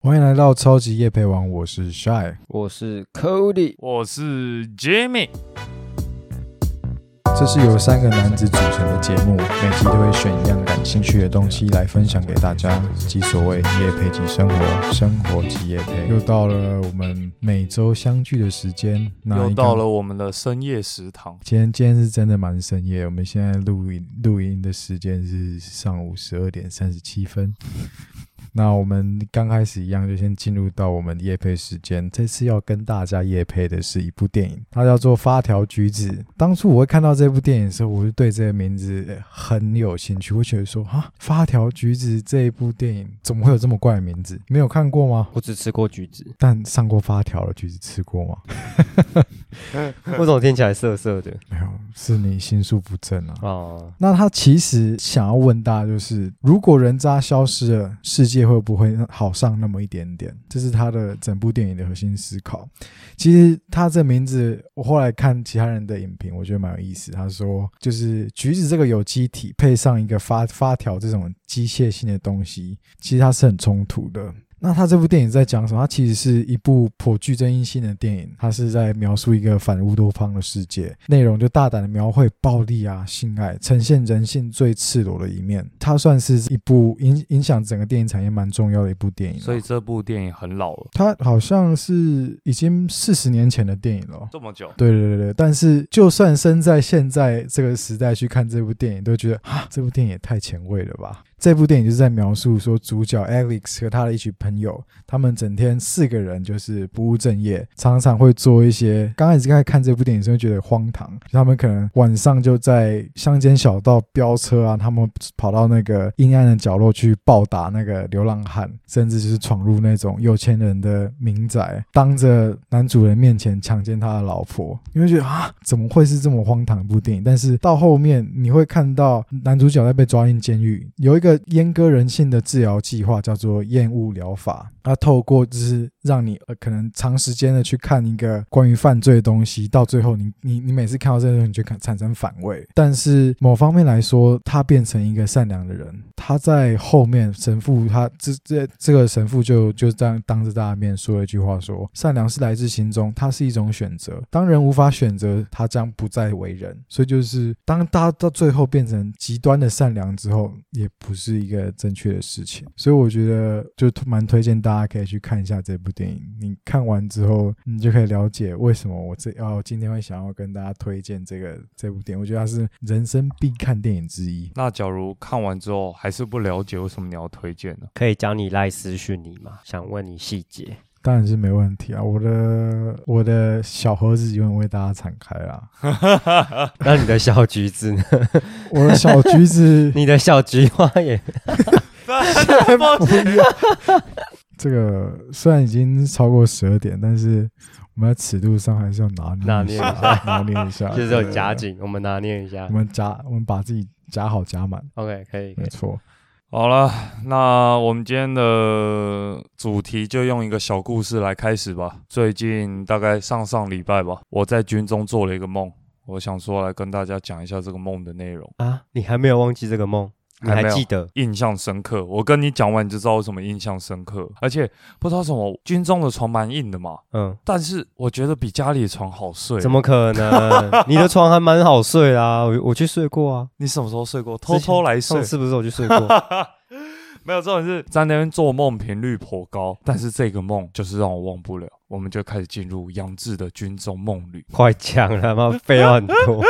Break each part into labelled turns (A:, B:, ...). A: 欢迎来到超级夜配王，我是 Shy。
B: 我是 Cody，
C: 我是 Jimmy，
A: 这是由三个男子组成的节目，每集都会选一样感兴趣的东西来分享给大家，即所谓夜配即生活，生活即夜配。又到了我们每周相聚的时间，那
C: 又
A: 一
C: 到
A: 个
C: 了我们的深夜食堂，
A: 今天今天是真的蛮深夜，我们现在录音录音的时间是上午十二点三十七分。 那我们刚开始一样，就先进入到我们夜配时间。这次要跟大家夜配的是一部电影，它叫做《发条橘子》。当初我会看到这部电影的时候，我就对这个名字呃很有兴趣，我觉得说啊，《发条橘子》这一部电影怎么会有这么怪的名字？没有看过吗？
B: 我只吃过橘子，
A: 但上过发条的橘子吃过吗？
B: 为什么听起来涩涩的？
A: 没有，是你心术不正啊。
B: 哦，
A: 那他其实想要问大家，就是如果人渣消失了，世界会不会好上那么一点点？这是他的整部电影的核心思考。其实他这名字，我后来看其他人的影评，我觉得蛮有意思。他说，就是橘子这个有机体配上一个发发条这种机械性的东西，其实它是很冲突的。那他这部电影在讲什么？它其实是一部颇具争议性的电影，它是在描述一个反乌托邦的世界，内容就大胆的描绘暴力啊、性爱，呈现人性最赤裸的一面。它算是一部影影响整个电影产业蛮重要的一部电影啊、
C: 所以这部电影很老了，
A: 它好像是已经四十年前的电影了哦。
C: 这么久，
A: 对对对对，但是就算身在现在这个时代去看这部电影，都觉得啊，这部电影也太前卫了吧。这部电影就是在描述说，主角 Alex 和他的一群朋友，他们整天四个人就是不务正业，常常会做一些刚开始看看这部电影的时候觉得荒唐，就他们可能晚上就在乡间小道飙车啊，他们跑到那个阴暗的角落去暴打那个流浪汉，甚至就是闯入那种有钱人的民宅，当着男主人面前强奸他的老婆，你会觉得啊，怎么会是这么荒唐的一部电影？但是到后面你会看到男主角在被抓进监狱，有一个阉割人性的治疗计划叫做厌恶疗法，它透过就是让你呃可能长时间的去看一个关于犯罪的东西，到最后你你你每次看到这个东西你就看产生反胃，但是某方面来说，他变成一个善良的人，他在后面神父他这这这个神父就就这样当着大家面说了一句话说，善良是来自心中，它是一种选择，当人无法选择，他将不再为人，所以就是当大家到最后变成极端的善良之后，也不是一个正确的事情，所以我觉得就蛮推荐大家可以去看一下这部电影，你看完之后，你就可以了解为什么我这哦今天会想要跟大家推荐这个这部电影，我觉得它是人生必看电影之一。
C: 那假如看完之后还是不了解，为什么你要推荐呢？
B: 可以教你赖私讯你吗？想问你细节。
A: 当然是没问题啊！我的我的小盒子永远为大家敞开啊啦。
B: 那你的小橘子呢？
A: 我的小橘子
B: 你的小菊花 也
A: 不要。这个虽然已经超过十二点，但是我们在尺度上还是要拿捏
B: 拿捏一
A: 下
B: 下，
A: 拿捏一下，
B: 就是有
A: 对
B: 夹。紧，我们拿捏一下
A: 我。们夹，我们把自己夹好夹满，
B: OK，可以，可
A: 没
B: 以。
A: 错。
C: 好了，那我们今天的主题就用一个小故事来开始吧。最近大概上上礼拜吧，我在军中做了一个梦，我想说来跟大家讲一下这个梦的内容，
B: 啊，你还没有忘记这个梦，你
C: 还
B: 还
C: 没有
B: 记得？
C: 印象深刻。我跟你讲完，你就知道为什么印象深刻，而且不知道为什么军中的床蛮硬的嘛，
B: 嗯，
C: 但是我觉得比家里的床好睡。
B: 怎么可能？ 你的床还蛮好睡啦，我我去睡过啊，
C: 你什么时候睡过？偷偷来睡
B: 上？次不是我去睡 过？
C: 没有，重点是在那边做梦频率颇高，但是这个梦就是让我忘不了。我们就开始进入杨志的军中梦旅。
B: 快讲了，妈废话很多。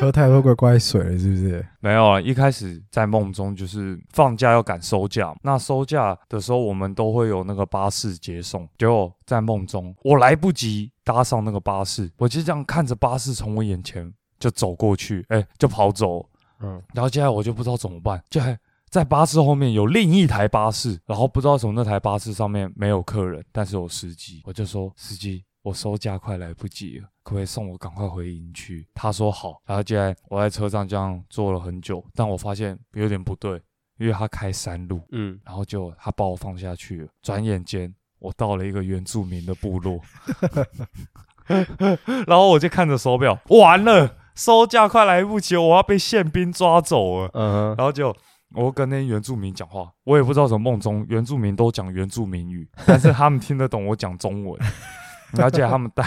A: 喝太多乖乖水了，是不是？
C: 没有啊，一开始在梦中就是放假要赶收假，那收假的时候我们都会有那个巴士接送。结果在梦中，我来不及搭上那个巴士，我就这样看着巴士从我眼前就走过去，哎，就跑走了。
B: 嗯，
C: 然后接下来我就不知道怎么办，就还在巴士后面有另一台巴士，然后不知道为什么那台巴士上面没有客人，但是有司机，我就说司机，我收假快来不及了，可不可以送我赶快回营区？他说好，然后接下来我在车上这样坐了很久，但我发现有点不对，因为他开山路，
B: 嗯，
C: 然后就他把我放下去了，转眼间我到了一个原住民的部落，然后我就看着手表，完了，收假快来不及了，我要被宪兵抓走了。
B: 嗯哼，
C: 然后就我会跟那些原住民讲话，我也不知道什么梦中原住民都讲原住民语，但是他们听得懂我讲中文，而且他们带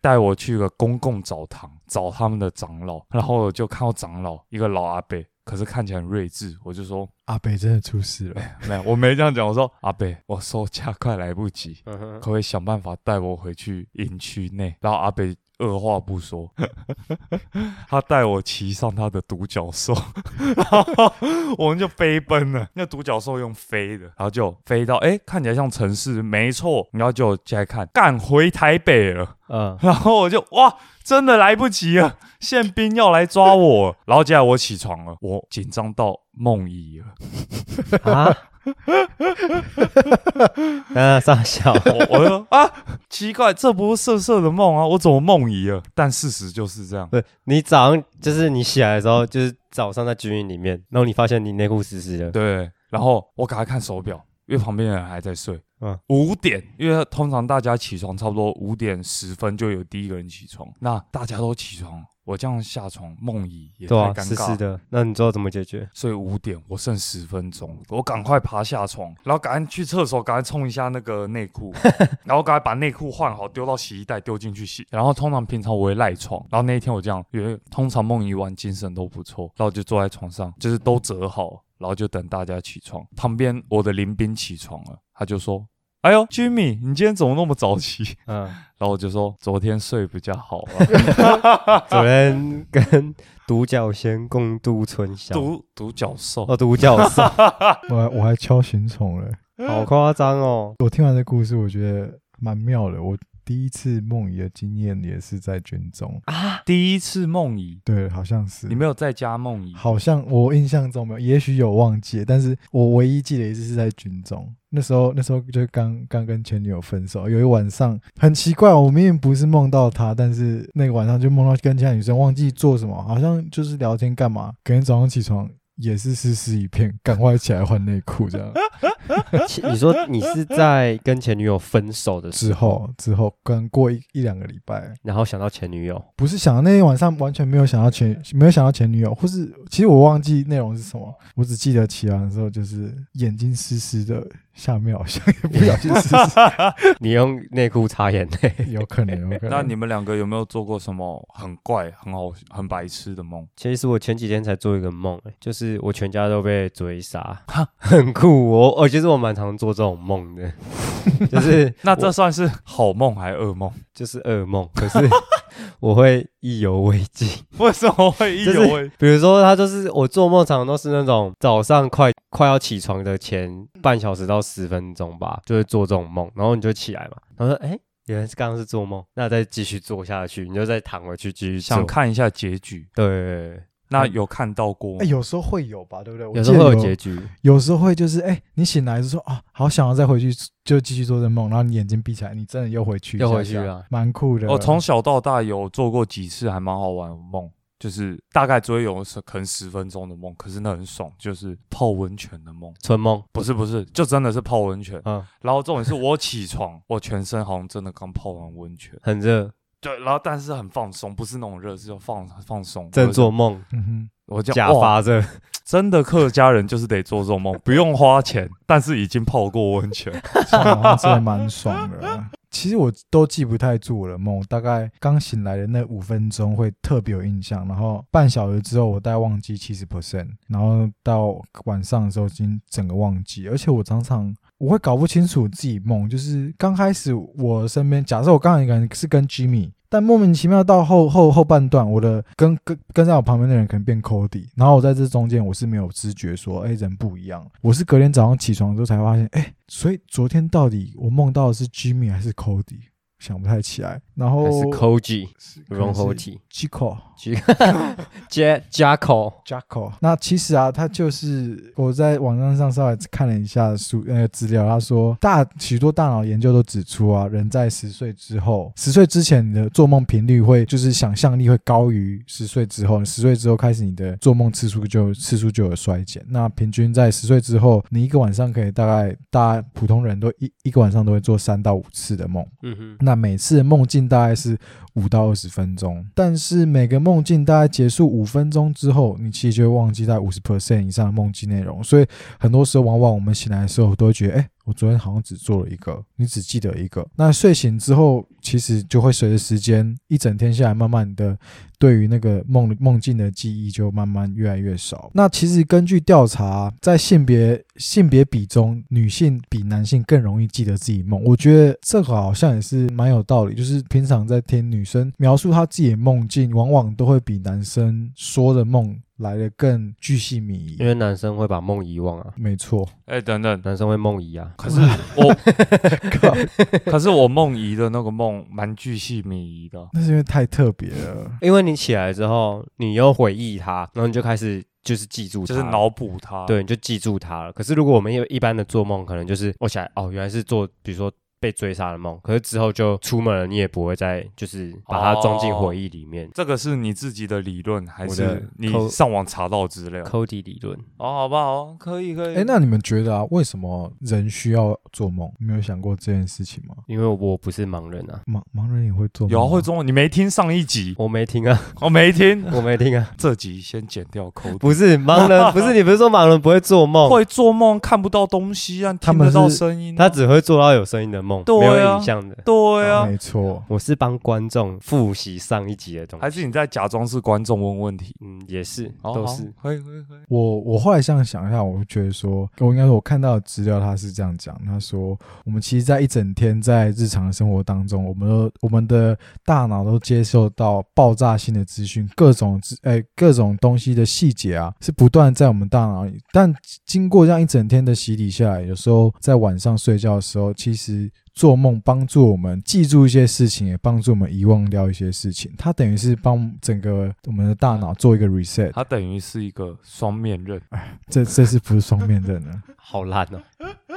C: 带我去一个公共澡堂找他们的长老，然后我就看到长老一个老阿伯，可是看起来很睿智，我就说
A: 阿北真的出事 了，
C: 没有，我没这样讲，我说阿伯，我收假快来不及，
B: 嗯哼
C: 可不可以想办法带我回去营区内？然后阿北二话不说， 他带我骑上他的独角兽，然后我们就飞奔了。那独角兽用飞的，然后就飞到哎，看起来像城市，没错。然后就进来看，干回台北了。
B: 嗯，
C: 然后我就哇，真的来不及了，宪兵要来抓我。然后接下来我起床了，我紧张到梦呓了。
B: 啊， 嗯，傻笑，
C: 我我就啊，奇怪，这不是色色的梦啊，我怎么梦遗了？但事实就是这样。
B: 不，你早上就是你起来的时候，就是早上在军营里面，然后你发现你内裤湿湿的，
C: 对，然后我赶快看手表，因为旁边的人还在睡。嗯
B: 嗯，
C: 五点，因为通常大家起床差不多五点十分就有第一个人起床，那大家都起床，我这样下床梦遗也太
B: 对啊，
C: 尴
B: 湿
C: 尬
B: 湿的，那你知道怎么解决？
C: 所以五点我剩十分钟，我赶快爬下床，然后赶快去厕所，赶快冲一下那个内 裤，然后赶快把内裤换好，丢到洗衣袋丢进去洗。然后通常平常我会赖床，然后那一天我这样，因为通常梦遗完精神都不错，然后我就坐在床上，就是都折好，然后就等大家起床。旁边我的林斌起床了，他就说：“哎呦，Jimmy，你今天怎么那么早起
B: 嗯，？”
C: 然后我就说：“昨天睡比较好 啊。”
B: 昨天跟独角仙共度春宵，
C: 独独角兽
B: 哦，独角 兽，
A: 我还我还敲寻虫了。
B: 好夸张哦，
A: 我听完这故事，我觉得蛮妙的。我第一次梦遗的经验也是在军中，
C: 第一次梦遗，
A: 对，好像是
C: 你没有在家梦遗。
A: 好像我印象中没有，也许有忘记，但是我唯一记得一次是在军中，那时候那时候就刚刚跟前女友分手，有一晚上很奇怪，我明明不是梦到她，但是那个晚上就梦到跟其他女生，忘记做什么，好像就是聊天干嘛，隔天早上起床也是湿湿一片，赶快起来换内裤这样。
B: 其你说你是在跟前女友分手的
A: 之
B: 时候，
A: 后之后刚过一一两个礼拜，
B: 然后想到前女友，
A: 不是想到那天晚上完全没有想到前没有想到前女友，或是其实我忘记内容是什么，我只记得起来的时候就是眼睛湿湿的，下面好像也不小心湿 湿，
B: 你用内裤擦眼泪，
A: 有可能有可能。
C: 那你们两个有没有做过什么很怪、很好、很白痴的梦？
B: 其实我前几天才做一个梦、欸，就是我全家都被追杀， 很酷。我我其实我蛮常做这种梦的， 就是
C: 那这算是好梦还是噩梦？
B: 就是噩梦，可是我会意犹未尽。
C: 为什么会欸意
B: 犹
C: 未？
B: 比如说，他就是我做梦，常常都是那种早上快快要起床的前半小时到十分钟吧，就会做这种梦，然后你就起来嘛，然后说，哎、原来是刚刚是做梦，那再继续做下去，你就再躺回去继续做
C: 想看一下结局，
B: 对对，对
C: 那有看到过吗
A: 哎、？有时候会有吧，对不对？
B: 对
A: 我
B: 有时候会有
A: 记得
B: 结局，
A: 有时候会就是哎、你醒来就说啊，好想要再回去，就继续做这梦，然后你眼睛闭起来，你真的又回去一下
B: 又回去啊
A: 下
B: 了，
A: 蛮酷的。
C: 我哦从小到大有做过几次还蛮好玩的梦，就是大概只会有十可能十分钟的梦，可是那很爽，就是泡温泉的梦。
B: 春梦，
C: 不是不是，就真的是泡温泉。
B: 嗯，
C: 然后重点是我起床，我全身好像真的刚泡完温泉，
B: 很热，
C: 对，然后但是很放松，不是那种热，是就放放松。
B: 正做梦，
A: 嗯哼，
C: 我就
B: 假
C: 哇
B: 发热，
C: 真的客家人就是得做这种梦，不用花钱，但是已经泡过温泉。
A: 好像真的蛮爽的。其实我都记不太住我的梦，大概刚醒来的那五分钟会特别有印象，然后半小时之后我大概忘记七十 percent，然后到晚上的时候已经整个忘记，而且我常常我会搞不清楚自己梦，就是刚开始我身边，假设我刚才可能是跟 Jimmy。但莫名其妙到后后后半段，我的跟跟跟在我旁边的人可能变 Cody，然后我在这中间我是没有知觉说，哎、人不一样。我是隔天早上起床之后才发现，哎、所以昨天到底我梦到的是 Jimmy 还是 Cody，想不太起来。然后
B: 还是 Koji
A: 是可能
B: 融
A: 是
B: 合体
A: Jico
B: ，J 加口，
A: Jacko。那其实啊，他就是我在网站上稍微看了一下书呃资料，他说大许多大脑研究都指出啊，人在十岁之后，十岁之前你的做梦频率会就是想象力会高于十岁之后，十岁之后开始你的做梦次数就次数就有衰减。那平均在十岁之后，你一个晚上可以大概大普通人都一一个晚上都会做三到五次的梦。
B: 嗯哼，
A: 那每次的梦境大概是五到二十分钟，但是每个梦境大概结束五分钟之后，你其实就会忘记在五十 percent 以上的梦境内容，所以很多时候，往往我们醒来的时候都会觉得，哎、我昨天好像只做了一个，你只记得一个。那睡醒之后，其实就会随着时间一整天下来，慢慢的对于那个梦梦境的记忆就慢慢越来越少。那其实根据调查，在性别性别比中，女性比男性更容易记得自己梦。我觉得这个好像也是蛮有道理，就是平常在听女生描述她自己的梦境，往往都会比男生说的梦来的更具细迷遗
B: 因。为男生会把梦遗忘啊，
A: 没错，
C: 哎、等等，
B: 男生会梦遗啊。
C: 可是我， 可是我梦遗的那个梦蛮巨细靡遗的。
A: 那是因为太特别了。
B: 因为你起来之后，你又回忆它，然后你就开始就是记住它，
C: 就是脑补啊它，
B: 对，你就记住它了。可是如果我们一一般的做梦，可能就是我想哦，原来是做，比如说被追杀的梦，可是之后就出门了，你也不会再就是把它装进回忆里面。
C: 这个是你自己的理论，还
B: 我的
C: 是你
B: 扣
C: 上网查到资料？
B: 扣底理论，
C: 哦，好不好？可以，可以。
A: 哎、那你们觉得啊，为什么人需要做梦？你们有想过这件事情吗？
B: 因为我不是盲人啊，
A: 盲盲人也会做梦吗，
C: 有啊，会中文，你没听上一集？
B: 我没听啊，
C: 我没听，
B: 我没听啊，
C: 这集先剪掉口底。
B: 不是盲 人，不是你不是说盲人不会做梦，
C: 会做梦看不到东西啊，
A: 他
C: 听
A: 们
C: 得
A: 是
C: 到声音啊、
B: 他只会做到有声音的梦，
C: 对啊
B: 没有影像的。
C: 对啊，
A: 没错。
B: 我是帮观众复习上一集的东西，
C: 还是你在假装是观众问问题？
B: 嗯，也是，
C: 哦
B: 都
C: 好
B: 是
C: 可以，可以，可以。
A: 我我后来这样想一下，我就觉得说，我应该说，我看到的资料他是这样讲，他说我们其实，在一整天在日常生活当中，我们都我们的大脑都接受到爆炸性的资讯，各种资哎、各种东西的细节啊，是不断在我们大脑里。但经过这样一整天的洗礼下来，有时候在晚上睡觉的时候，其实做梦帮助我们记住一些事情，也帮助我们遗忘掉一些事情。它等于是帮整个我们的大脑做一个 reset。
C: 他等于是一个双面刃，
A: 这这是不是双面刃呢？
B: 好烂哦。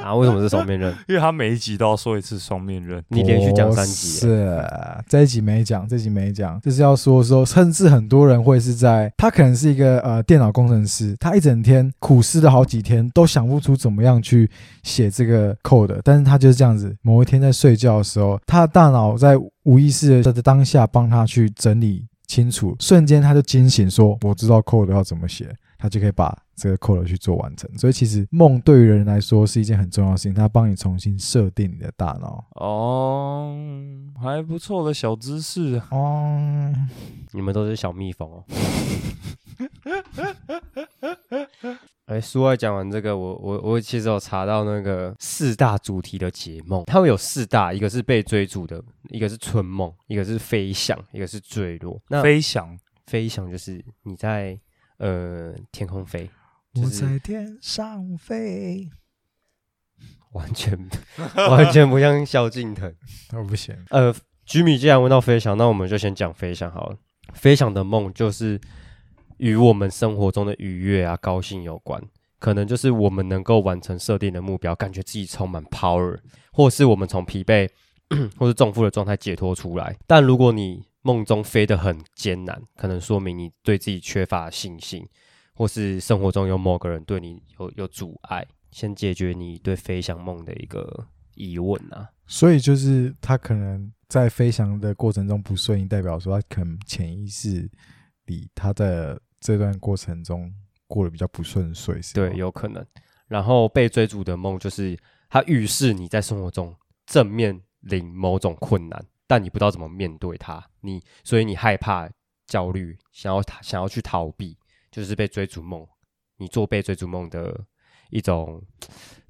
B: 啊，为什么是双面 刃？
C: 因为他每一集都要说一次双面刃。
B: 你连续讲三集耶，
A: 是这一集没讲，这一集没讲，就是要说说，甚至很多人会是在他可能是一个呃电脑工程师，他一整天苦思了好几天，都想不出怎么样去写这个 code，但是他就是这样子，某一天在睡觉的时候，他的大脑在无意识的当下帮他去整理清楚，瞬间他就惊醒说，我知道 code 要怎么写，他就可以把这个 code 去做完成。所以其实梦对于人来说是一件很重要的事情，它帮你重新设定你的大脑。
C: 哦，还不错的小知识啊。
A: 哦、
B: 你们都是小蜜蜂哦。 哎，书外讲完这个，我我我其实有查到那个四大主题的解梦，他们有四大，一个是被追逐的，一个是春梦，一个是飞翔，一个是坠落。那
C: 飞翔，
B: 飞翔就是你在呃天空飞，就
A: 我
B: 是
A: 在天上飞，
B: 完全 完全不像萧敬腾。
A: 我不行。
B: 呃，吉米既然问到飞翔，那我们就先讲飞翔好了。飞翔的梦就是与我们生活中的愉悦啊、高兴有关，可能就是我们能够完成设定的目标，感觉自己充满 power，或是我们从疲惫或是重负的状态解脱出来。但如果你梦中飞得很艰难，可能说明你对自己缺乏信心，或是生活中有某个人对你有有阻碍。先解决你对飞翔梦的一个疑问啊。
A: 所以就是他可能在飞翔的过程中不顺意，代表说他可能潜意识里他的这段过程中过得比较不顺遂，是吗
B: 对，有可能。然后被追逐的梦就是它预示你在生活中正面临某种困难，但你不知道怎么面对它，你所以你害怕、焦虑，想要逃想要去逃避，就是被追逐梦。你做被追逐梦的一种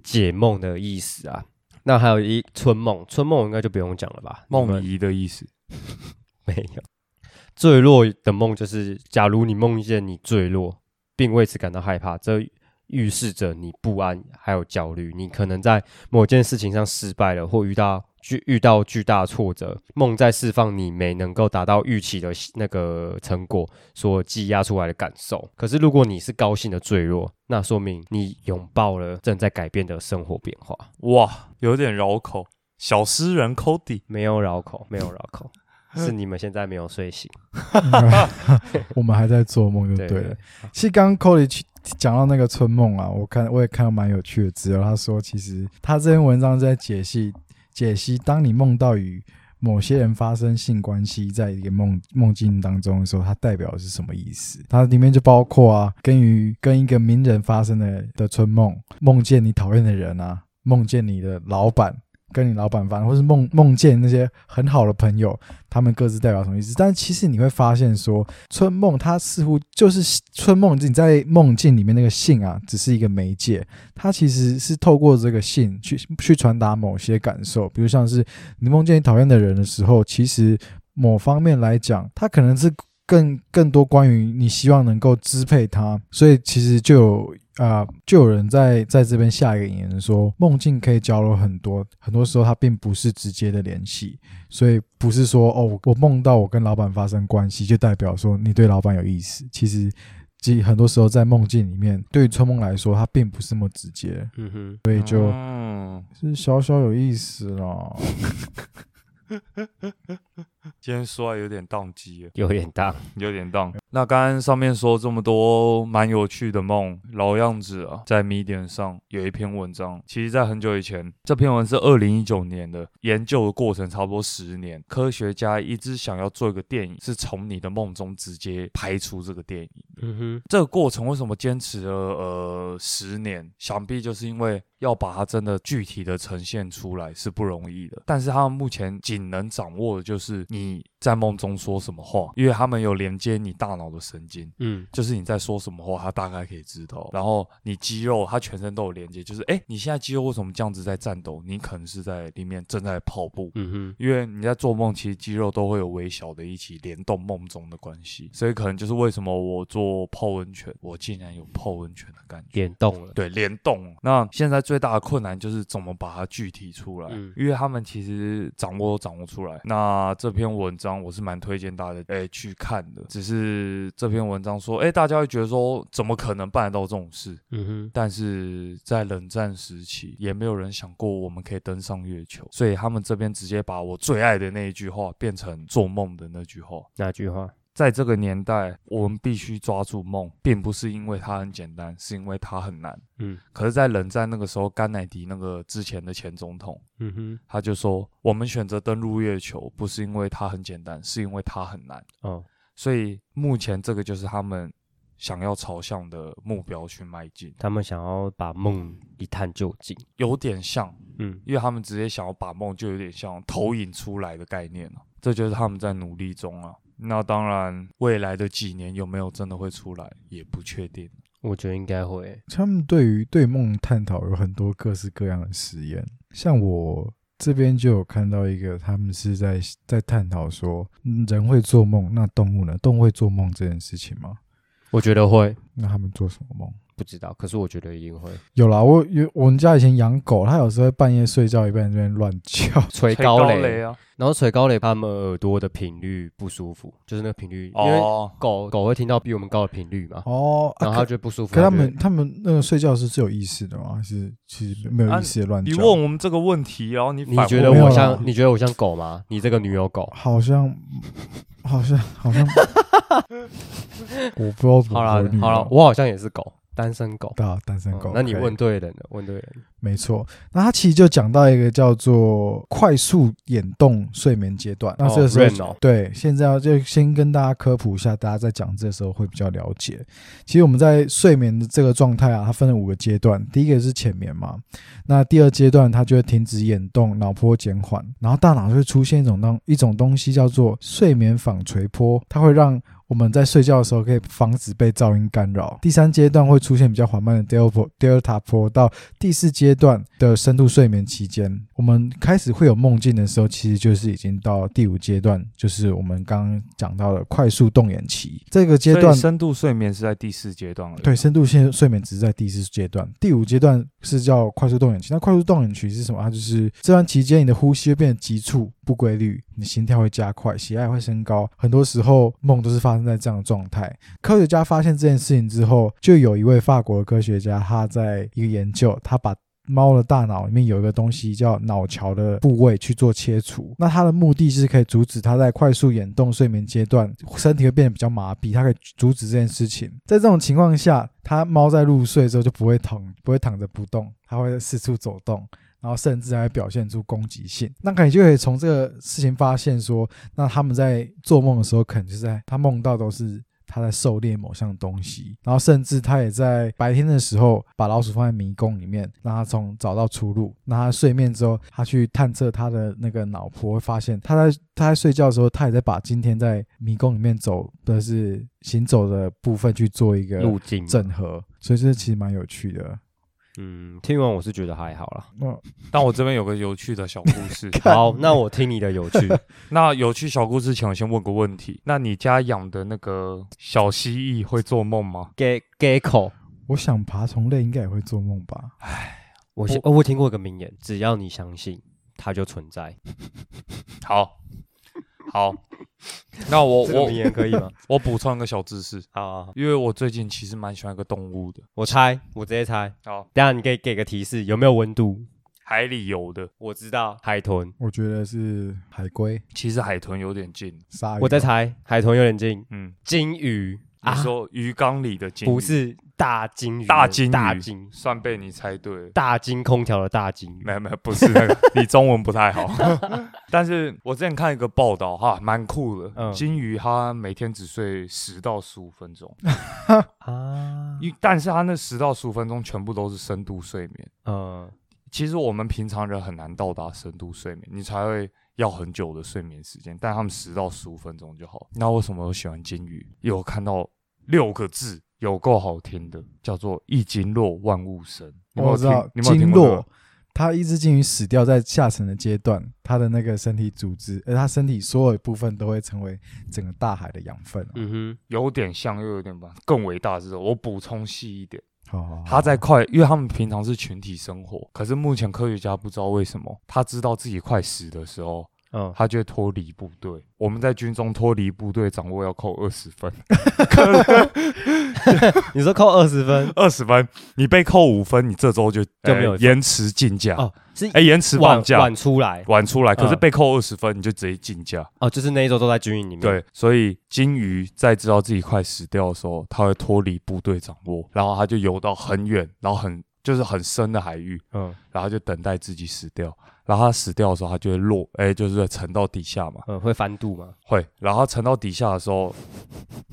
B: 解梦的意思啊。那还有一春梦，春梦应该就不用讲了吧？你
C: 梦
B: 们
C: 遗的意思。
B: 没有。坠落的梦就是，假如你梦见你坠落，并为此感到害怕，这预示着你不安还有焦虑。你可能在某件事情上失败了，或遇到巨遇到巨大挫折。梦在释放你没能够达到预期的那个成果所积压出来的感受。可是，如果你是高兴的坠落，那说明你拥抱了正在改变的生活变化。
C: 哇，有点绕口。小诗人 Cody，
B: 没有绕口，没有绕口，是你们现在没有睡醒。
A: 我们还在做梦就对了。
B: 对对
A: 其实刚刚 Cody 去讲到那个春梦啊，我看我也看到蛮有趣的资料，他说其实他这篇文章是在解析解析，当你梦到与某些人发生性关系，在一个梦梦境当中的时候，它代表的是什么意思？它里面就包括啊，跟于跟一个名人发生的的春梦，梦见你讨厌的人啊，梦见你的老板。跟你老板发生，或是梦梦见那些很好的朋友，他们各自代表什么意思？但其实你会发现说，春梦它似乎就是春梦，你在梦境里面那个性啊，只是一个媒介，它其实是透过这个性去去传达某些感受，比如像是你梦见你讨厌的人的时候，其实某方面来讲，它可能是更更多关于你希望能够支配他，所以其实就有啊、呃就有人在在这边下一个引言说，梦境可以交流很多，很多时候它并不是直接的联系，所以不是说哦，我我梦到我跟老板发生关系，就代表说你对老板有意思，其实。即很多时候在梦境里面，对于春梦来说，它并不是那么直接，
B: 嗯哼，
A: 所以就、
C: 嗯，
A: 是小小有意思啦。
C: 今天说话有点宕机了，
B: 有点大，
C: 有点宕。那刚刚上面说这么多蛮有趣的梦，老样子啊，在 Medium 上有一篇文章，其实在很久以前，这篇文是二零一九年的，研究的过程差不多十年。科学家一直想要做一个电影，是从你的梦中直接拍出这个电影。
B: 嗯哼，
C: 这个过程为什么坚持了呃十年？想必就是因为要把它真的具体的呈现出来是不容易的。但是他们目前仅能掌握的就是你在梦中说什么话，因为他们有连接你大脑的神经。
B: 嗯
C: 就是你在说什么话，他大概可以知道。然后你肌肉，它全身都有连接，就是哎，诶你现在肌肉为什么这样子在战斗？你可能是在里面正在跑步，
B: 嗯哼，
C: 因为你在做梦，其实肌肉都会有微小的一起联动梦中的关系，所以可能就是为什么我做泡温泉，我竟然有泡温泉的感觉。
B: 点动了，
C: 对，联动。啊那现在最大的困难就是怎么把它具体出来，
B: 嗯
C: 因为他们其实掌握都掌握出来。那这篇文章我是蛮推荐大家诶、去看的，只是这篇文章说，诶、哎大家会觉得说，怎么可能办得到这种事？
B: 嗯哼。
C: 但是在冷战时期，也没有人想过我们可以登上月球，所以他们这边直接把我最爱的那一句话变成做梦的那句话。
B: 哪句话？
C: 在这个年代，我们必须抓住梦，并不是因为它很简单，是因为它很难。
B: 嗯
C: 可是，在冷战那个时候，甘乃迪那个之前的前总统，
B: 嗯哼，
C: 他就说：“我们选择登陆月球，不是因为它很简单，是因为它很难。”
B: 哦，
C: 所以，目前这个就是他们想要朝向的目标去迈进，
B: 他们想要把梦一探究竟。
C: 有点像
B: 嗯
C: 因为他们直接想要把梦就有点像投影出来的概念了、啊这就是他们在努力中啊。那当然，未来的几年有没有真的会出来也不确定。
B: 我觉得应该会。
A: 他们对于对梦探讨有很多各式各样的实验，像我这边就有看到一个，他们是在在探讨说，嗯人会做梦，那动物呢？动物会做梦这件事情吗？
B: 我觉得会，
A: 那他们做什么梦？
B: 不知道，可是我觉得一定会
A: 有啦，我有我们家以前养狗，它有时候会半夜睡觉一半在那边乱叫，
B: 锤
C: 吹
B: 高
C: 雷啊，
B: 然后锤高雷，他们耳朵的频率不舒服，就是那个频率，因为
C: 哦，
B: 狗狗会听到比我们高的频率嘛，
A: 哦，啊
B: 然后它
A: 可
B: 就不舒服。
A: 可他
B: 它就
A: 们他们那个睡觉是是有意识的吗？还是其实没有意识的乱
B: 啊
C: 你
A: 叫？
C: 问我们这个问题，然后你
B: 你
C: 反
B: 觉
C: 问啊
B: 得
A: 没有啊
B: 我
A: 啦
B: 像？你觉得我像狗吗？你这个女友狗。
A: 好像，好像，好 像，我不知道怎么
B: 好啦
A: 回你
B: 好啦，
A: 哦
B: 我好像也是狗，单身狗。
A: 对啊，单身狗
B: 嗯。那你
A: OK
B: 问对人了，问对人。
A: 没错，那他其实就讲到一个叫做快速眼动睡眠阶段。那这个时候、
B: 哦 REM 哦
A: 对，现在要就先跟大家科普一下，大家在讲这时候会比较了解。其实我们在睡眠的这个状态啊，它分了五个阶段，第一个是浅眠嘛，那第二阶段它就会停止眼动，脑波减缓，然后大脑就会出现一种当一种东西叫做睡眠纺锤波，它会让我们在睡觉的时候可以防止被噪音干扰。第三阶段会出现比较缓慢的 delta 波 delta 波到第四阶段的深度睡眠期间，我们开始会有梦境的时候，其实就是已经到第五阶段，就是我们刚刚讲到的快速动眼期。这个阶
C: 所
A: 段
C: 以，深度睡眠是在第四阶段了。
A: 对，深度睡睡眠只是在第四阶段，第五阶段是叫快速动眼期。那快速动眼期是什么？它就是这段期间你的呼吸会变得急促、不规律，你心跳会加快，血压也会升高。很多时候梦都是发生在这样的状态。科学家发现这件事情之后，就有一位法国的科学家，他在一个研究，他把猫的大脑里面有一个东西叫脑桥的部位去做切除，那它的目的是可以阻止它在快速眼动睡眠阶段，身体会变得比较麻痹，它可以阻止这件事情。在这种情况下，它猫在入睡之后就不会躺，不会躺着不动，它会四处走动，然后甚至还表现出攻击性。那可以就可以从这个事情发现说，那他们在做梦的时候，可能就是在他梦到都是。他在狩猎某项东西，然后甚至他也在白天的时候把老鼠放在迷宫里面，让它从找到出路。那他睡眠之后，他去探测他的那个脑波，会发现他在他在睡觉的时候，他也在把今天在迷宫里面走的是行走的部分去做一个
B: 路径。
A: 整合，所以这其实蛮有趣的。
B: 嗯，听完我是觉得还好 啦。
A: 那
C: 但我这边有个有趣的小故 事。
B: 好，那我听你的有趣。
C: 那有趣小故事前，我先问个问题：那你家养的那个小蜥蜴会做梦吗？
B: 给给口，
A: 我想爬虫类应该也会做梦吧？
B: 我先、哦、我听过一个名言，只要你相信，它就存在。
C: 好，好， 那我
B: 这个
C: 我
B: 名言可以吗？
C: 我补充一个小知识，
B: 好好，好
C: 因为我最近其实蛮喜欢一个动物的。
B: 我猜，我直接猜。
C: 好，
B: 等一下你可以给个提示，有没有温度？
C: 哦海里游的，
B: 我知道，海豚。
A: 我觉得是海龟、
C: 其实海豚有点近。
A: 鲨鱼。啊
B: 我在猜，海豚有点近。
C: 嗯，
B: 金鱼
C: 你
B: 啊，
C: 说鱼缸里的鲸鱼
B: 不是大金鱼，
C: 大金鱼
B: 大金
C: 算被你猜对了。
B: 大金空调的大金鱼
C: 没。有没有，不是那个，你中文不太 好。但是我之前看一个报道哈，蛮酷的。
B: 嗯
C: 金鱼它每天只睡十到十五分 钟，
B: 啊，
C: 因但是它那十到十五分钟全部都是深度睡眠。
B: 嗯，
C: 其实我们平常人很难到达深度睡眠，你才会要很久的睡眠时间，但他们十到十五分钟就好。那为什么我喜欢金鱼？有看到六个字，有够好听的，叫做“一鲸落，万物生”。你有没有
A: 哦我知
C: 听
A: 道，
C: 你有没有
A: 鲸
C: 听过这
A: 落
C: 个？，
A: 它一只鲸鱼死掉在下沉的阶段，它的那个身体组织，而它身体所有部分都会成为整个大海的养分、啊。
B: 嗯
C: 有点像，又有点不像更伟大的是，我补充细一点。
A: 好好好，
C: 他在快，因为他们平常是群体生活，可是目前科学家不知道为什么，他知道自己快死的时候，
B: 哼，嗯，
C: 他就会脱离部队。我们在军中脱离部队，掌握要扣二十分，可能
B: 你说扣二十 分
C: 二十分，你被扣五分，你这周就
B: 就哎没有
C: 呃延迟竞假，哎、
B: 哦，是
C: 延迟
B: 晚
C: 放假
B: 晚。出来
C: 晚出来，可是
B: 嗯
C: 被扣二十分，你就直接竞假。
B: 哦，就是那一周都在军营里面。，
C: 对，所以金鱼在知道自己快死掉的时候，它会脱离部队掌握，然后它就游到很远，然后很就是很深的海域，
B: 嗯
C: 然后就等待自己死掉。然后它死掉的时候，它就会落，哎、就是沉到底下嘛，
B: 嗯，会翻肚吗？
C: 会。然后它沉到底下的时候，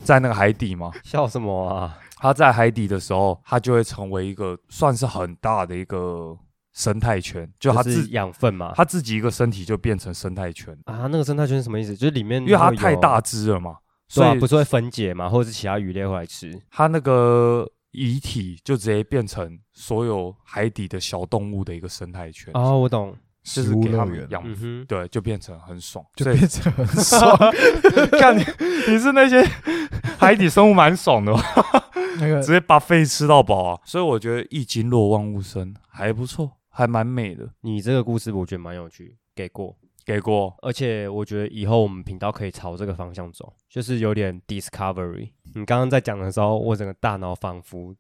C: 在那个海底嘛，
B: 笑什么啊？
C: 它在海底的时候，它就会成为一个算是很大的一个生态圈，就它
B: 就
C: 自
B: 是养啊分嘛。
C: 它自己一个身体就变成生态圈，
B: 啊，那个生态圈是什么意思？就是里面
C: 因为它
B: 嗯会有啊
C: 太大，只了嘛，
B: 对
C: 所
B: 啊，
C: 以
B: 不是会分解嘛，或者是其他鱼类会来吃。
C: 它那个遗体就直接变成所有海底的小动物的一个生态圈，
B: 哦，我懂。
C: 就
A: 食
C: 是
A: 物
C: 给它
A: 乐
C: 们
A: 园
C: 养。
B: 嗯哼，
C: 对，就变成很爽，
A: 就
C: 所以
A: 变成很爽。
C: 看你你是 那些海底生物蛮爽的哦，
A: 那个
C: 直接把肺吃到饱啊！所以我觉得一鲸落万物生还不错，还蛮美的。
B: 你这个故事我觉得蛮有趣，给过。
C: 给过
B: 而且我觉得以后我们频道可以朝这个方向走，就是有点 discovery。你刚刚在讲的时候，我整个大脑仿佛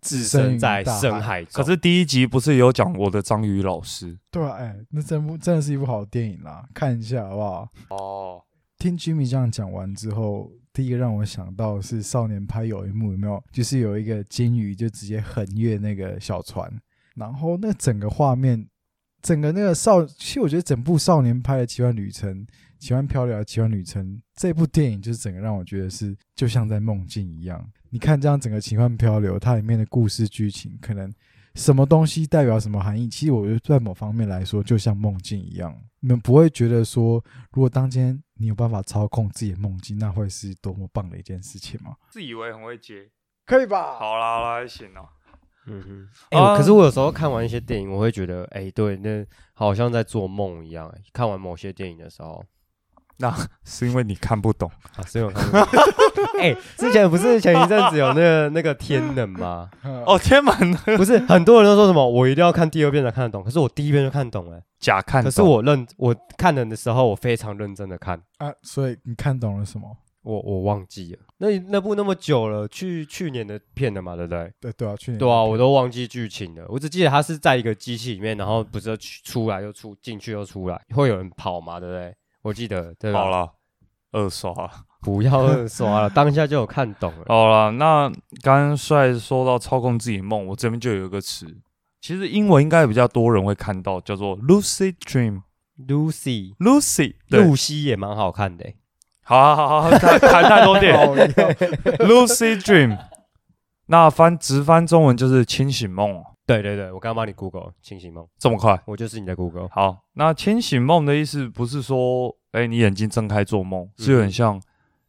B: 置身在深海中。
C: 可是第一集不是有讲我的章鱼老师
A: 对啊，哎、那真部真的是一部好电影啦，看一下好不好？
C: 哦？
A: 听 Jimmy 这样讲完之后，第一个让我想到是少年派有一幕有没有？就是有一个鲸鱼就直接横越那个小船，然后那整个画面，整个那个少，其实我觉得整部少年派的奇幻旅程、奇幻漂流的奇幻旅程这部电影，就是整个让我觉得是就像在梦境一样。你看这样整个奇幻漂流，它里面的故事剧情可能。什么东西代表什么含义？其实我觉得在某方面来说，就像梦境一样，你们不会觉得说如果当天你有办法操控自己的梦境，那会是多么棒的一件事情吗？
C: 自以为很会接，
A: 可以吧？
C: 好啦，好啦，还行哦。
B: 嗯哼，哎、我
C: 啊
B: 可是我有时候看完一些电影，我会觉得，哎、对，那好像在做梦一样、哎看完某些电影的时候，
C: 是因为你看不懂，
B: 啊，所以我 看过。哎、之前不是前一阵子有那个那个天冷吗？
A: 呃
C: 哦，天门
B: 不是，很多人都说什么我一定要看第二遍才看得懂，可是我第一遍就看懂了、
C: 假看
B: 可
C: 懂，
B: 是我认我看人的时候，我非常认真的看。
A: 啊！所以你看懂了什么？
B: 我我忘记了，那那部那么久了，去去年的片了嘛，对不对？
A: 对对啊，去年
B: 对啊，我都忘记剧情了，我只记得他是在一个机器里面，然后不是去出来又出进去又出来，会有人跑嘛，对不对？我记得对吧？
C: 好，了，二刷了。
B: 不要二刷 了，当下就有看懂了。
C: 好了，那刚刚帅说到操控自己梦，我这边就有一个词其实英文应该比较多人会看到，叫做 Lucid Dream。
B: Lucy，
C: Lucy，对，
B: 露西也蛮好看的欸、
C: 好好好好，谈谈太多点。
A: 哦
C: Lucy Dream，那翻直翻中文就是清醒梦哦，
B: 对对对，我刚刚帮你 Google 清醒梦，
C: 这么快？
B: 我就是你的 Google。
C: 好，那清醒梦的意思不是说，哎，你眼睛睁开做梦，是有点像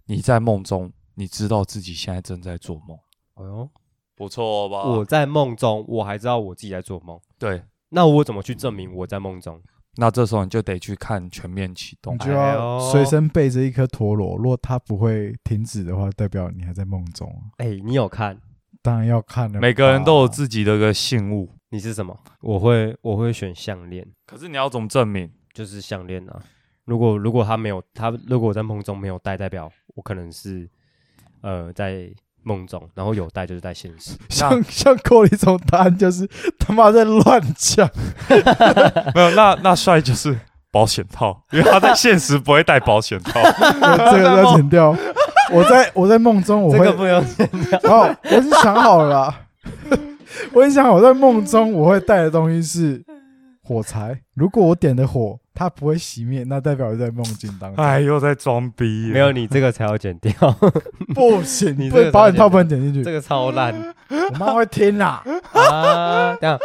C: 你在梦中，你知道自己现在正在做梦，
B: 哎呦，
C: 不错哦吧？
B: 我在梦中，我还知道我自己在做梦，
C: 对，
B: 那我怎么去证明我在梦中？
C: 那这时候你就得去看全面启动
A: 你。就
B: 哎
A: 要
B: 呦
A: 随身备着一颗陀螺，如果它不会停止的话，代表你还在梦中啊。
B: 哎、你有看？
A: 当然要看啊了吧，
C: 每个人都有自己的一个信物，
B: 你是什么？我会我会选项链，
C: 可是你要怎么证明？
B: 就是项链啊。如果如果他没有他，如果我在梦中没有戴，代表我可能是呃在梦中，然后有戴就是在现实。
A: 像像郭立总答案就是他妈在乱讲，
C: 没有，那那帅就是保险套，因为他在现实不会戴保险套。
A: 这个要剪掉。我在我在梦中我
B: 这
A: 会
B: 个 不用，
A: 哦，我已经想好了 啦，我已经想好，我在梦中我会带的东西是火柴。如果我点的火它不会熄灭，那代表我在梦境当中。
C: 哎，又在装逼。
B: 没有，你这个才要剪掉，
A: 不行，
B: 你
A: 你
B: 这个
A: 不保险套不能点进
B: 这
A: 去，
B: 个超烂
A: 我妈会听啦。
B: 啊！这样，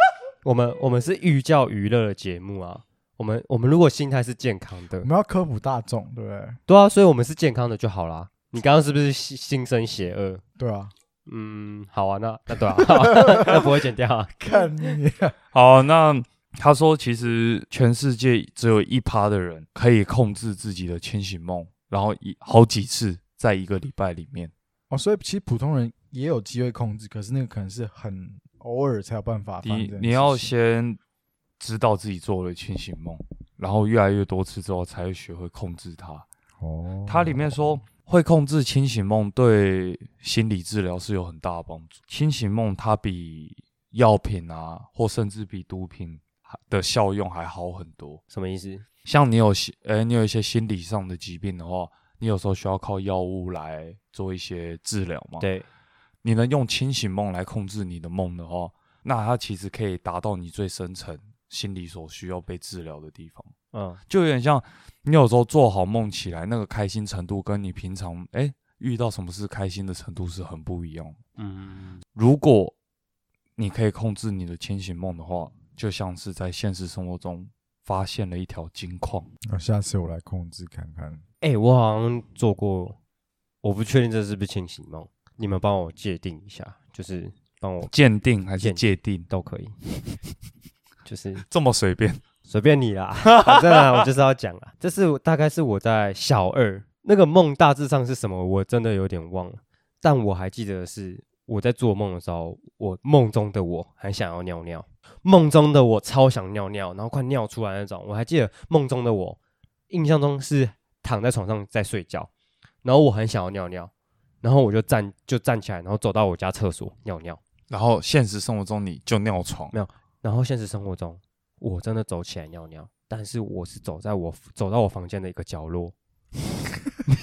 B: 我们我们是寓教于乐的节目啊。我们我们如果心态是健康的
A: 我，们要科普大众，对不对？
B: 对啊，所以我们是健康的就好啦。你刚刚是不是心心生邪恶？
A: 对啊，
B: 嗯，好 啊，那那对啊，那不会剪掉啊。
A: 看你
C: 好，那他说，其实全世界只有一趴的人可以控制自己的清醒梦，然后一好几次在一个礼拜里面。
A: 哦，所以其实普通人也有机会控制，可是那个可能是很偶尔才有办法发生这
C: 你
A: 件事情。
C: 你要先知道自己做了清醒梦，然后越来越多次之后，才会学会控制它。
A: 哦，
C: 它里面说，会控制清醒梦对心理治疗是有很大的帮助。清醒梦它比药品啊，或甚至比毒品还的效用还好很多。
B: 什么意思？
C: 像你有心，呃、你有一些心理上的疾病的话，你有时候需要靠药物来做一些治疗嘛。，
B: 对，
C: 你能用清醒梦来控制你的梦的话，那它其实可以达到你最深层心理所需要被治疗的地方。
B: 嗯，
C: 就有点像你有时候做好梦起来，那个开心程度跟你平常哎、遇到什么事开心的程度是很不一样的。
B: 嗯，
C: 如果你可以控制你的清醒梦的话，就像是在现实生活中发现了一条金矿。
A: 那哦下次我来控制看看。
B: 哎、我好像做过，我不确定这是不是清醒梦，你们帮我界定一下，就是帮我
C: 鉴定还是
B: 鉴
C: 界定，
B: 都可以， 就是
C: 这么随便。
B: 随便你啦， 反正啊，我就是要讲啦。这是我大概是我在小二那个梦，大致上是什么，我真的有点忘了，但我还记得的是我在做梦的时候，我梦中的我很想要尿尿，梦中的我超想尿尿，然后快尿出来那种。我还记得梦中的我，印象中是躺在床上在睡觉，然后我很想要尿尿，然后我就站就站起来，然后走到我家厕所尿尿。
C: 然后现实生活中你就尿床，
B: 然后现实生活中，我真的走起来尿尿，但是我是走在我走到我房间的一个角落，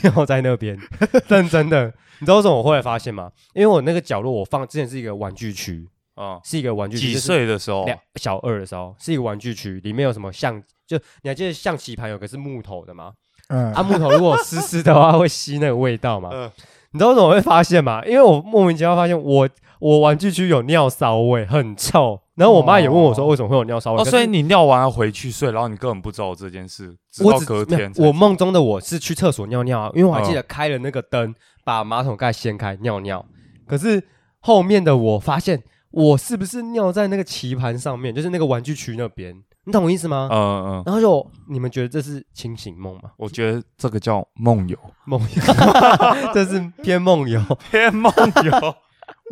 B: 尿在那边， 认真的。你知道为什么我后来发现吗？因为我那个角落我放之前是一个玩具区，
C: 啊、
B: 是一个玩具区，
C: 几
B: 就是
C: 岁哦的时候
B: 两小二的时候是一个玩具区，里面有什么象，就你还记得象棋盘有个是木头的吗？
A: 嗯，
B: 啊，木头如果湿湿的话会吸那个味道嘛。
C: 嗯
B: 你知道为什么我会发现吗？因为我莫名其妙发现我我玩具区有尿骚味，很臭。然后我妈也问我说
A: 哦
B: 为什么会有尿骚味，
C: 哦，
B: 可是
C: 所以你尿完要回去睡，然后你根本不知道这件事，直
B: 我
C: 到
B: 只
C: 隔
B: 没有
C: 天才嗯
B: 我梦中的我是去厕所尿尿啊，因为我还记得开了那个灯，把马桶盖掀开尿尿。可是后面的我发现，我是不是尿在那个棋盘上面，就是那个玩具区那边？你懂我意思吗？
C: 嗯嗯，
B: 然后就你们觉得这是清醒梦吗？
C: 我觉得这个叫梦 游，
B: 梦游， 这是偏梦游。
C: 偏梦 游。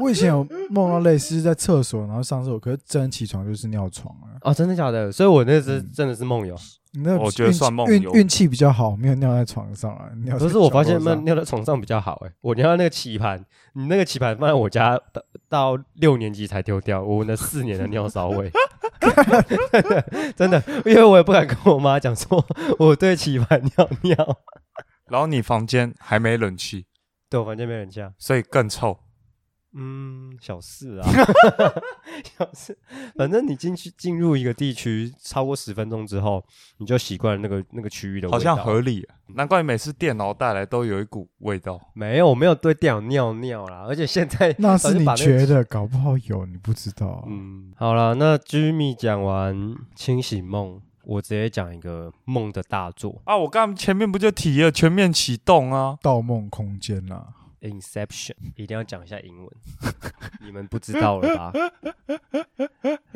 A: 我以前有梦到类似在厕所，然后上厕所，可是真的起床就是尿床了。
B: 哦，真的假的？所以我那是
A: 嗯
B: 真的是梦游，
A: 你那
C: 我哦觉得
A: 运气
C: 算梦
A: 运
C: 游
A: 运气比较好，没有尿在床上啊。尿在
B: 可是我发现
A: 角落
B: 那
A: 上
B: 尿在床上比较好哎、我尿在那个棋盘，你那个棋盘放在我家到到六年级才丢掉，我闻了四年的尿骚味， 真的，因为我也不敢跟我妈讲说我对棋盘尿尿，
C: 然后你房间还没冷气，
B: 对我房间没人家，
C: 所以更臭。
B: 嗯，小事啊， 小事。反正你进去进入一个地区超过十分钟之后，你就习惯了那个那个区域的味道。
C: 好像合理、啊。难怪每次电脑带来都有一股味道。
B: 没有，我没有对电脑尿尿啦。而且现在
A: 那是你觉
B: 得？
A: 得，搞不好有，你不知道啊。
B: 嗯，好了，那 Jimmy 讲完清醒梦，我直接讲一个梦的大作
C: 啊，我刚前面不就提了全面启动啊？
A: 盗梦空间啦，
B: 《Inception》，一定要讲一下英文， 你们不知道了吧？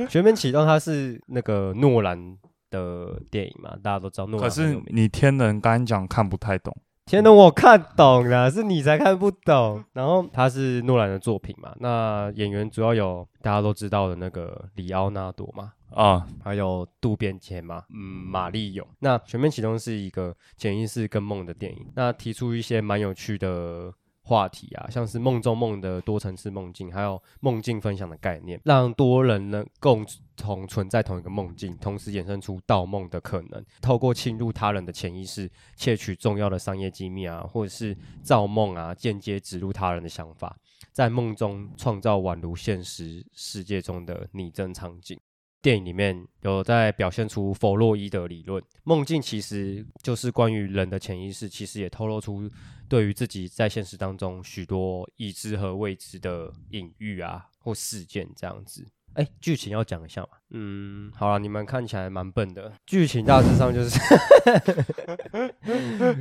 B: 全面启动它是那个诺兰的电影嘛，大家都知道诺兰
C: 可
B: 很有
C: 是
B: 名。
C: 啊你天人刚讲看不太懂，
B: 天呐，我看懂了，是你才看不懂。然后它是诺兰的作品嘛，那演员主要有大家都知道的那个里奥纳多嘛，
C: 啊，
B: 还有渡边谦嘛，嗯，马丽勇。那《全面启动》是一个潜意识跟梦的电影，那提出一些蛮有趣的话题啊，像是梦中梦的多层次梦境，还有梦境分享的概念，让多人能共同存在同一个梦境，同时衍生出盗梦的可能。透过侵入他人的潜意识，窃取重要的商业机密啊，或者是造梦啊，间接植入他人的想法。在梦中创造宛如现实世界中的拟真场景。电影里面有在表现出弗洛伊德理论，梦境其实就是关于人的潜意识，其实也透露出对于自己在现实当中许多已知和未知的隐喻啊或事件这样子。哎，剧情要讲一下嘛？嗯，好了，你们看起来蛮笨的。剧情大致上 就是，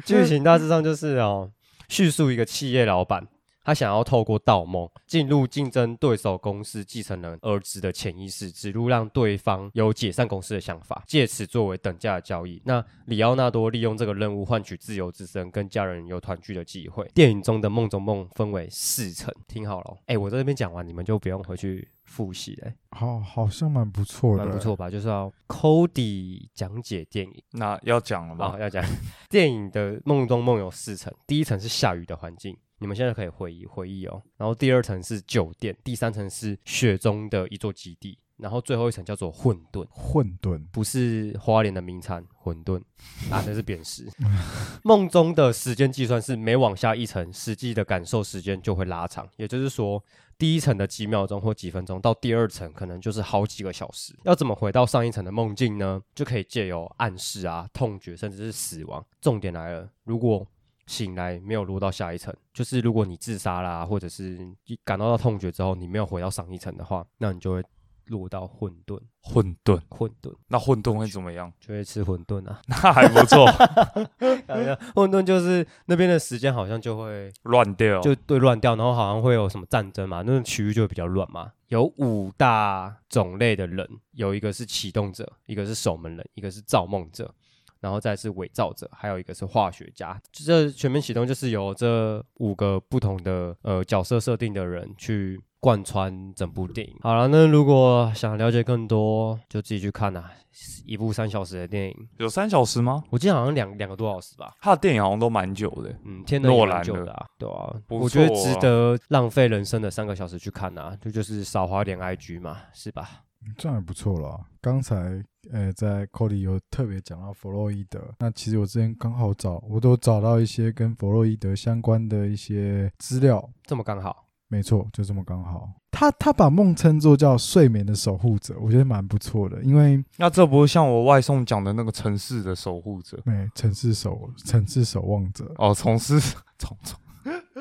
B: 剧情大致上就是哦，叙述一个企业老板，他想要透过盗梦进入竞争对手公司继承人儿子的潜意识，植入让对方有解散公司的想法，借此作为等价的交易。那里奥纳多利用这个任务换取自由之身，跟家人有团聚的机会。电影中的梦中梦分为四层，听好了哦，哎，我在这边讲完，你们就不用回去复习了，欸
A: 好，好像蛮不错的，
B: 蛮不错。吧？就是要 Cody 讲解电影。
C: 那要讲了吧？
B: 啊、要讲电影的梦中梦有四层，第一层是下雨的环境，你们现在可以回忆回忆哦。然后第二层是酒店，第三层是雪中的一座基地，然后最后一层叫做混沌。
A: 混沌，
B: 不是花莲的名产馄饨啊，那是扁食。梦中的时间计算是每往下一层，实际的感受时间就会拉长。也就是说，第一层的几秒钟或几分钟，到第二层可能就是好几个小时。要怎么回到上一层的梦境呢？就可以借由暗示啊、痛觉，甚至是死亡。重点来了，如果醒来没有落到下一层，就是如果你自杀啦，或者是你感到到痛觉之后，你没有回到上一层的话，那你就会落到混沌，
C: 混沌，
B: 混沌。
C: 那混沌会怎么样？
B: 就会吃馄饨啊。 哎
C: 那还不错，
B: 混沌就是那边的时间好像就会
C: 乱掉。
B: 就对乱掉，然后好像会有什么战争嘛，那个区域就会比较乱嘛。有五大种类的人，有一个是启动者，一个是守门人，一个是造梦者。然后再是伪造者，还有一个是化学家。这全面启动就是由这五个不同的呃角色设定的人去贯穿整部电影。好了，那如果想了解更多，就自己去看啦、啊一部三小时的电影，
C: 有三小时吗？
B: 我记得好像两两个多小时吧。
C: 他的电影好像都蛮久的。
B: 嗯，天能
C: 诺
B: 也
C: 兰
B: 蛮久
C: 的
B: 的啊，对啊，
C: 不
B: 我觉得
C: 错
B: 值
C: 啊
B: 得浪费人生的三个小时去看啊，这就是少花点 IG 嘛，是吧？
A: 这样也不错啦。刚才呃，在 Cody 有特别讲到弗洛伊德，那其实我之前刚好找，我都找到一些跟弗洛伊德相关的一些资料，
B: 这么刚好，
A: 没错，就这么刚好。他他把梦称作叫睡眠的守护者，我觉得蛮不错的，因为
C: 那这不是像我外送讲的那个城市的守护者
A: 哎，城市守城市守望者，
C: 哦，从事 从从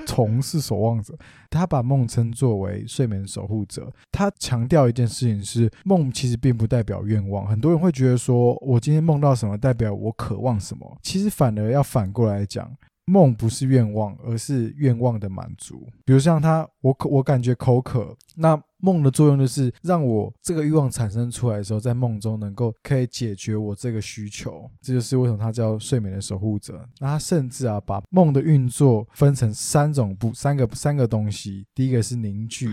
A: 虫是守望者，他把梦称作为睡眠守护者。他强调一件事情是，梦其实并不代表愿望。很多人会觉得说，我今天梦到什么代表我渴望什么，其实反而要反过来讲。梦不是愿望，而是愿望的满足。比如像他，我口我感觉口渴，那梦的作用就是让我这个欲望产生出来的时候，在梦中能够可以解决我这个需求。这就是为什么它叫睡眠的守护者。那他甚至啊，把梦的运作分成三种不三个三个东西，第一个是凝聚、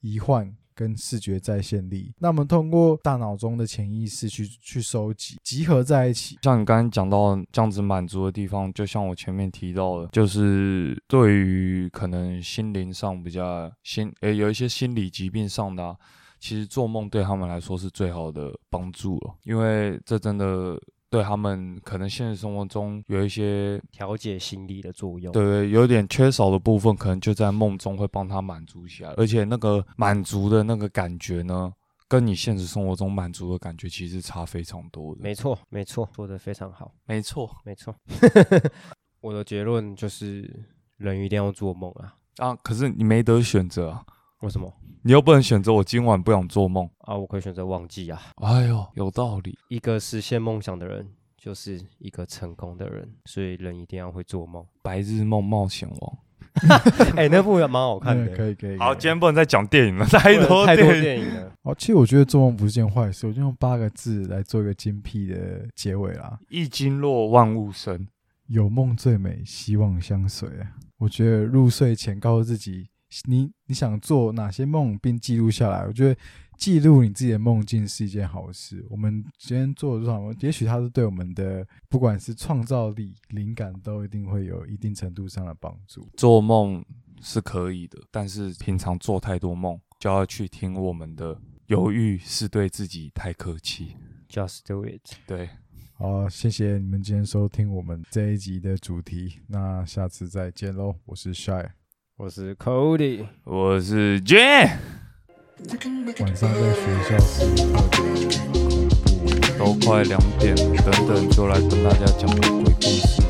A: 遗幻跟视觉再现力。那我们通过大脑中的潜意识去去收集，集合在一起。
C: 像你刚才讲到这样子满足的地方，就像我前面提到的，就是对于可能心灵上比较心诶、有一些心理疾病上的、啊，其实做梦对他们来说是最好的帮助了，因为这真的对他们可能现实生活中有一些
B: 调节心理的作用。
C: 对，对，有点缺少的部分，可能就在梦中会帮他满足起来，而且那个满足的那个感觉呢，跟你现实生活中满足的感觉其实差非常多的。
B: 没错，没错，说的非常好，
C: 没错
B: 没 错。我的结论就是，人一定要做梦啊！
C: 啊，可是你没得选择啊，
B: 为什么
C: 你又不能选择我今晚不想做梦。
B: 啊？我可以选择忘记啊。
C: 哎呦，有道理。
B: 一个实现梦想的人，就是一个成功的人，所以人一定要会做 梦。
C: 白日梦冒险王。
B: 哎、那部也蛮好 看
A: 嗯
B: 的，
A: 可以可以。
C: 好，
A: 可以
C: 今天不能再讲电影了，太多
B: 太多
C: 电影。
B: 电影了。
A: 哦，其实我觉得做梦不是件坏事，我就用八个字来做一个精辟的结尾啦。
C: 一经落万物生。
A: 有梦最美，希望相随。啊我觉得入睡前告诉自己，你你想做哪些梦，并记录下来。我觉得记录你自己的梦境是一件好事。我们今天做了多少梦，也许它是对我们的不管是创造力、灵感，都一定会有一定程度上的帮助。
C: 做梦是可以的，但是平常做太多梦，就要去听我们的。犹豫是对自己太客气。
B: Just do it。
C: 对，
A: 好，谢谢你们今天收听我们这一集的主题。那下次再见喽，我是 Shy，
B: 我是 Cody，
C: 我是 Jane，
A: 晚上在学校时特别恐怖。
C: 都快两点了，等等就来跟大家讲个鬼故事。